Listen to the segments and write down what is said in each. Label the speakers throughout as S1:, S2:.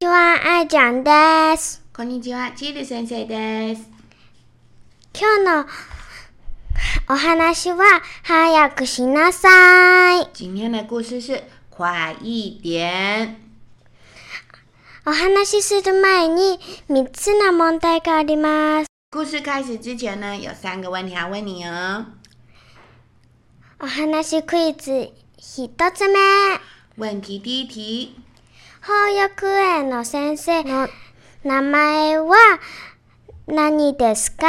S1: 希望愛ちゃんです。
S2: こんにちは、チル先生です。
S1: 今日のお話は早くしなさい。
S2: 今天的故事是快一点。
S1: お話しする前に3つの問題があります。
S2: 故事开始之前呢，有三个问题要问你哦。
S1: お話クイズ1つ目。
S2: 问题第一题，
S1: 法育園の先生の名前は何ですか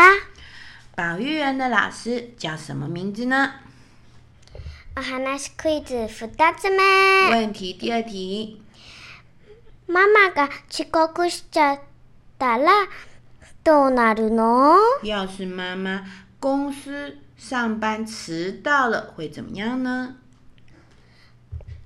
S2: 保育园的老师叫什么名字呢？
S1: お話クイズ2つ目。
S2: 问题第二题，
S1: ママが遅刻しちゃったらどうなるの
S2: 要是妈妈公司上班迟到了会怎么样呢？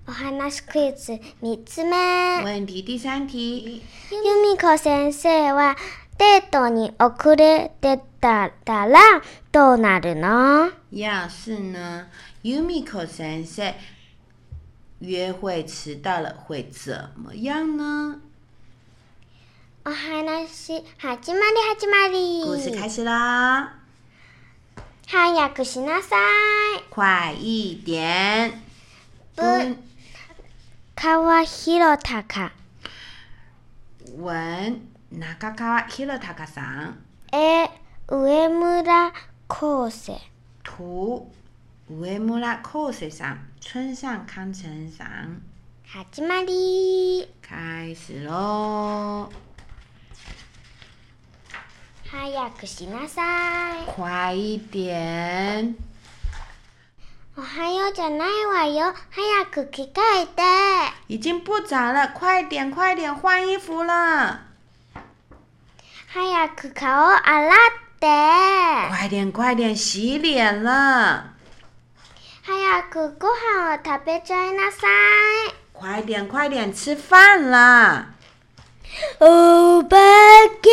S1: お話クイズ3つ目。
S2: 问题第三题，
S1: 由美子先生はデートに遅れてたらどうなるの
S2: 要是呢，Umiko 先生约会迟到了会怎么样呢？
S1: お話始まり
S2: 故事
S1: 始ま
S2: 开
S1: り
S2: 始啦，
S1: 早くしなさい
S2: 快一点。
S1: ぶ川弘隆
S2: 文中川弘隆さん。
S1: 絵上村康生
S2: 图上村康生さん、村上康成さん。
S1: 始まり
S2: 开始喽，
S1: 早くしなさい
S2: 快一点！
S1: おはようじゃないわよ早く着替えて
S2: 已经不早了，快点，快点换衣服了！
S1: 早く顔洗って
S2: 快点，快点洗脸了！
S1: 早くご飯を食べちゃいなさい。
S2: 快点，快点吃饭啦！
S1: おばけ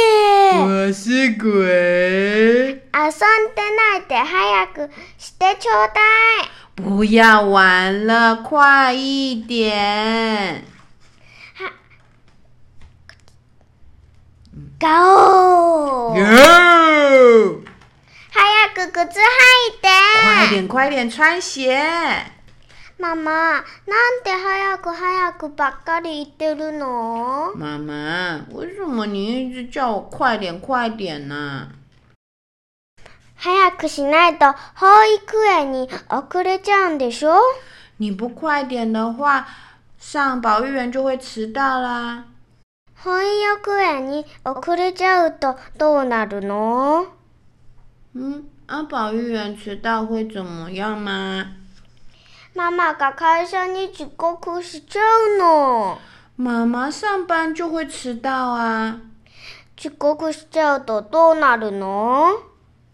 S1: 遊ん
S2: 是鬼，
S1: でないで早くしてちょうだい。
S2: 不要玩了，快一点！
S1: ガオー
S2: Go！
S1: 早く靴
S2: 快
S1: 履いて
S2: 点，快点穿鞋！
S1: ママ、なんで早く早くばっかり言ってるの
S2: 妈妈，为什么你一直叫我快点快点呢、
S1: 早くしないと保育園に遅れちゃうんでしょ
S2: 你不快点的话，上保育园就会迟到啦。
S1: 保育園に遅れちゃうとどうなるの
S2: 嗯，啊，保育园迟到会怎么样吗？
S1: ママが会社に遅刻しちゃうの。
S2: 妈妈上班就会迟到啊。
S1: 遅刻しちゃうとどうなるの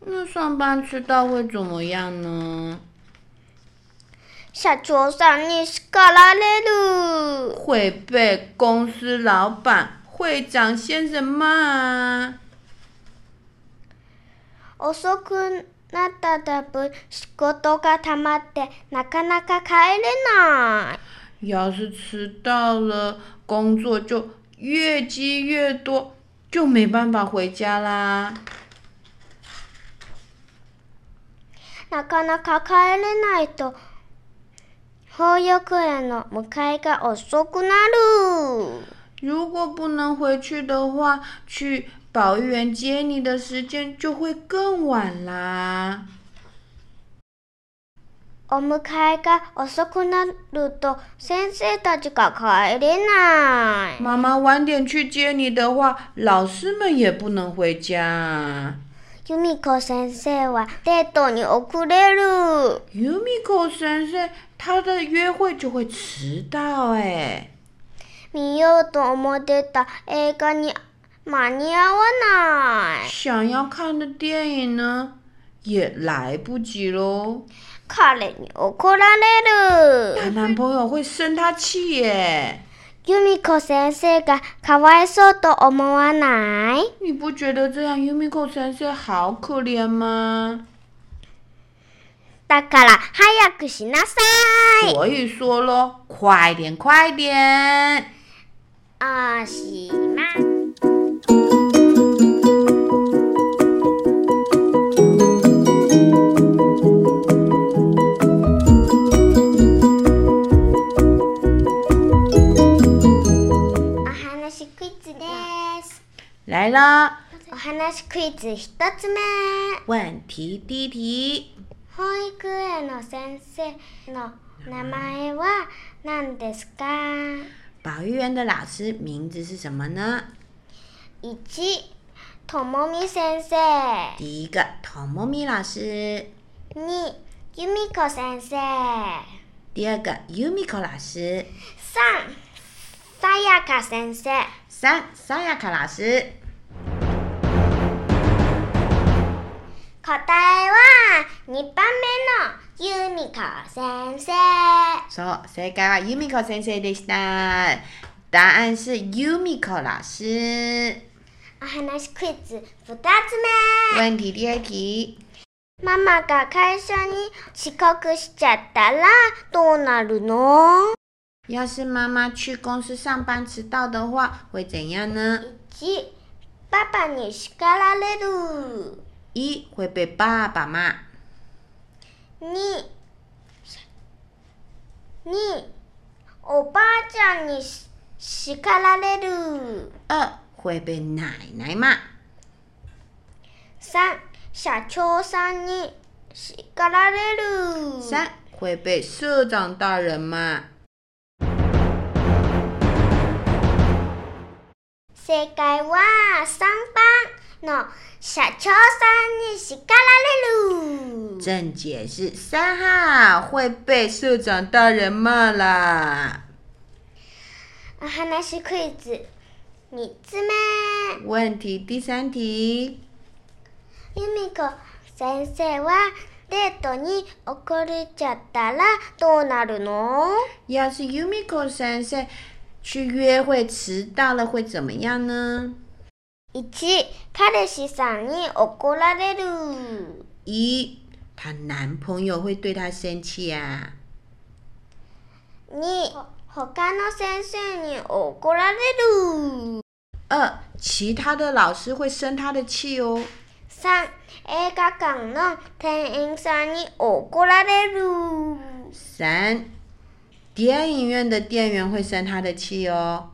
S2: 那上班迟到会怎么样呢？
S1: 社長さんに叱られる。
S2: 会被公司老板、会长先生骂啊。
S1: 遅くなっただぶ仕事が溜まってなかなか帰れない。
S2: 要是迟到了，工作就越积越多，就没办法回家啦。
S1: なかなか帰れないと保育園の迎えが遅くなる。
S2: 如果不能回去的话，去保育园接你的时间就会更晚啦。
S1: お迎えが遅くなると先生たちが帰れない。
S2: 妈妈晚点去接你的话，老师们也不能回家啊。
S1: 由美子先生はデートに遅れる。
S2: 由美子先生，他的约会就会迟到哎。
S1: 見ようと思ってた映画に間に合わない。
S2: 想要看的电影呢，也来不及喽。
S1: 彼に怒られ
S2: 她
S1: る。
S2: 男朋友会生她气哎耶。
S1: 由美子先生がかわいそうと思わない
S2: 你不觉得这样 Yumiko 先生好可怜吗？
S1: だから早くしなさい。
S2: 所以说喽，快点，快点。
S1: おしまい。お話クイズです。
S2: 来啦，
S1: お話クイズ一つ目。
S2: 问题第一题。
S1: 保育園の先生の名前は何ですか
S2: 保育园的老师名字是什么呢？
S1: ?1、ともみ先生。
S2: 第一个 Tomomi 老师，
S1: 2、由美子先生。
S2: 第二个 Yumiko 老师，
S1: 3、さやか先生。
S2: 三 Sayaka 老师。
S1: 答えは2番目の由美子先生。
S2: そう、正解はユミコ先生でした。答案是ユミコ老师。
S1: お話クイズ2つ目。
S2: 问题第二题，
S1: ママが会社に遅刻しちゃったらどうなるの
S2: 要是妈妈去公司上班迟到的话，会怎样呢？
S1: ?1、パパに叱られる。
S2: 一会被爸爸骂，
S1: 2、2、おばあちゃんにし叱られる。
S2: 二会被奶奶骂，
S1: 三、社長さんに叱られる。
S2: 三会被社长大人骂。
S1: 正解は三番の社長さんに叱られる。
S2: 正解是三号会被社长大人骂啦。
S1: お話クイズ三つ目。
S2: 问题第三题。
S1: 由美子先生はデートに怒れちゃったらどうなるの
S2: 要是 Yumiko 先生去约会迟到了，会怎么样呢？
S1: ?1、彼氏さんに怒られる。
S2: 一，她男朋友会对她生气啊。
S1: 2、他の先生に怒られる。
S2: 二，其他的老师会生她的气哦。
S1: 3映画館の店員さんに怒られる
S2: 三，电影院的店员会生她的气哦。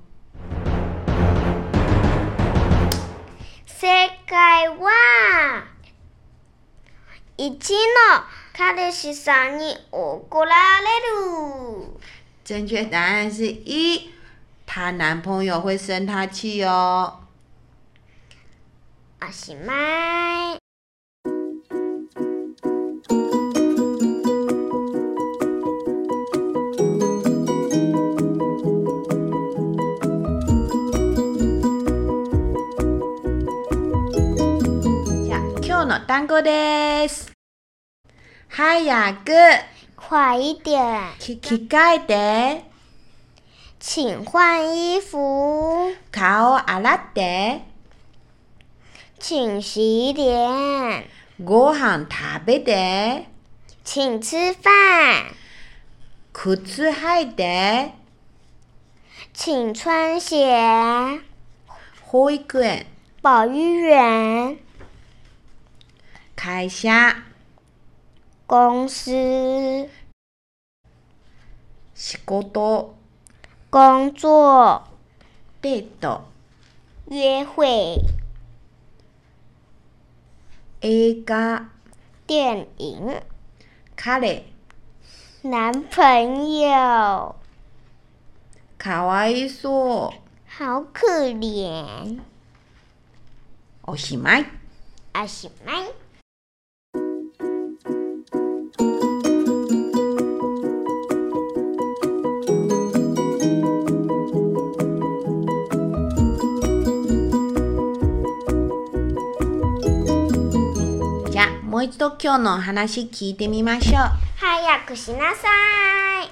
S1: 正解は1の彼氏さんに怒られる
S2: 正确答案是一，她男朋友会生她气哦。
S1: おしまい
S2: じゃあ今日の単語です。早く
S1: 快一点
S2: き着替えて。
S1: 请换衣服
S2: 顔洗って、
S1: 请洗脸
S2: ご飯食べて、
S1: 请吃饭
S2: 靴履いて、
S1: 请穿鞋
S2: 保育園、
S1: 保育园
S2: 会社、
S1: 公司
S2: 仕事、
S1: 工作
S2: デート、
S1: 约会、
S2: 映画、
S1: 电影、
S2: 彼、
S1: 男朋友，
S2: かわいそ
S1: 好可怜。
S2: う、おしまい。
S1: おおしまい。
S2: じゃあ、もう一度今日のお話聞いてみましょう。
S1: 早くしなさい。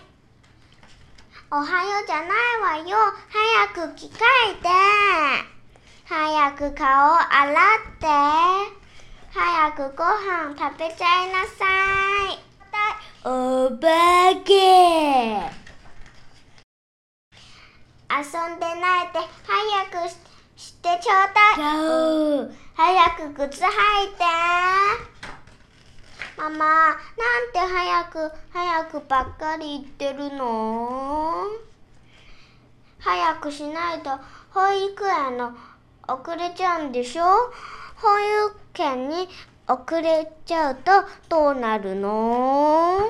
S1: おはようじゃないわよ。早く着替えて。早く顔を洗って。早くご飯食べちゃいなさい。おばけ。遊んでないで早くししてちょうだい。早く靴履いて。ママ、なんて早く早くばっかり言ってるの早くしないと保育園の遅れちゃうんでしょ保育園に遅れちゃうとどうなるの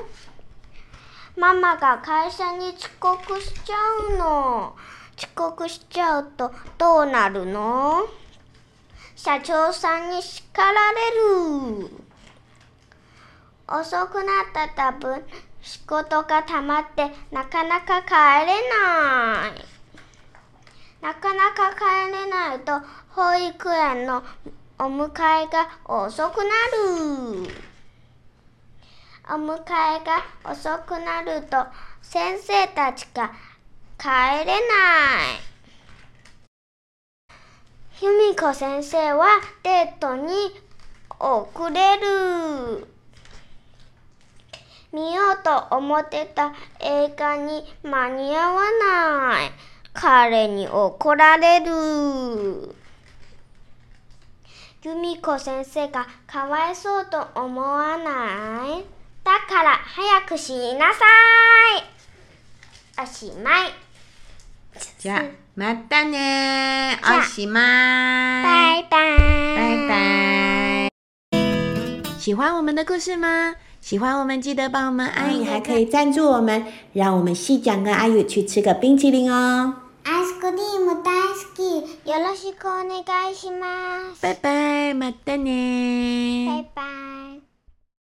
S1: ママが会社に遅刻しちゃうの遅刻しちゃうとどうなるの社長さんに叱られる遅くなった分仕事がたまってなかなか帰れないなかなか帰れないと保育園のお迎えが遅くなるお迎えが遅くなると先生たちが帰れない由美子先生はデートに遅れる見ようと思ってた映画に間に合わない。彼に怒られる。由美子先生がかわいそうと思わないだから早くしなさい。おしまい。
S2: じゃあ、またね
S1: じゃあ
S2: おしまい。
S1: バイバ
S2: 拜
S1: イ。
S2: 拜。喜欢我们的故事吗？喜欢我们记得帮我们
S3: 阿
S2: 按一
S3: 姨
S2: 个
S3: 还可以赞助我们，让我们细讲跟阿宇去吃个冰淇淋哦。
S1: アイスクリーム大好き。よろしくお願いします。
S2: 拜拜，马丹呢？
S1: バイバイ。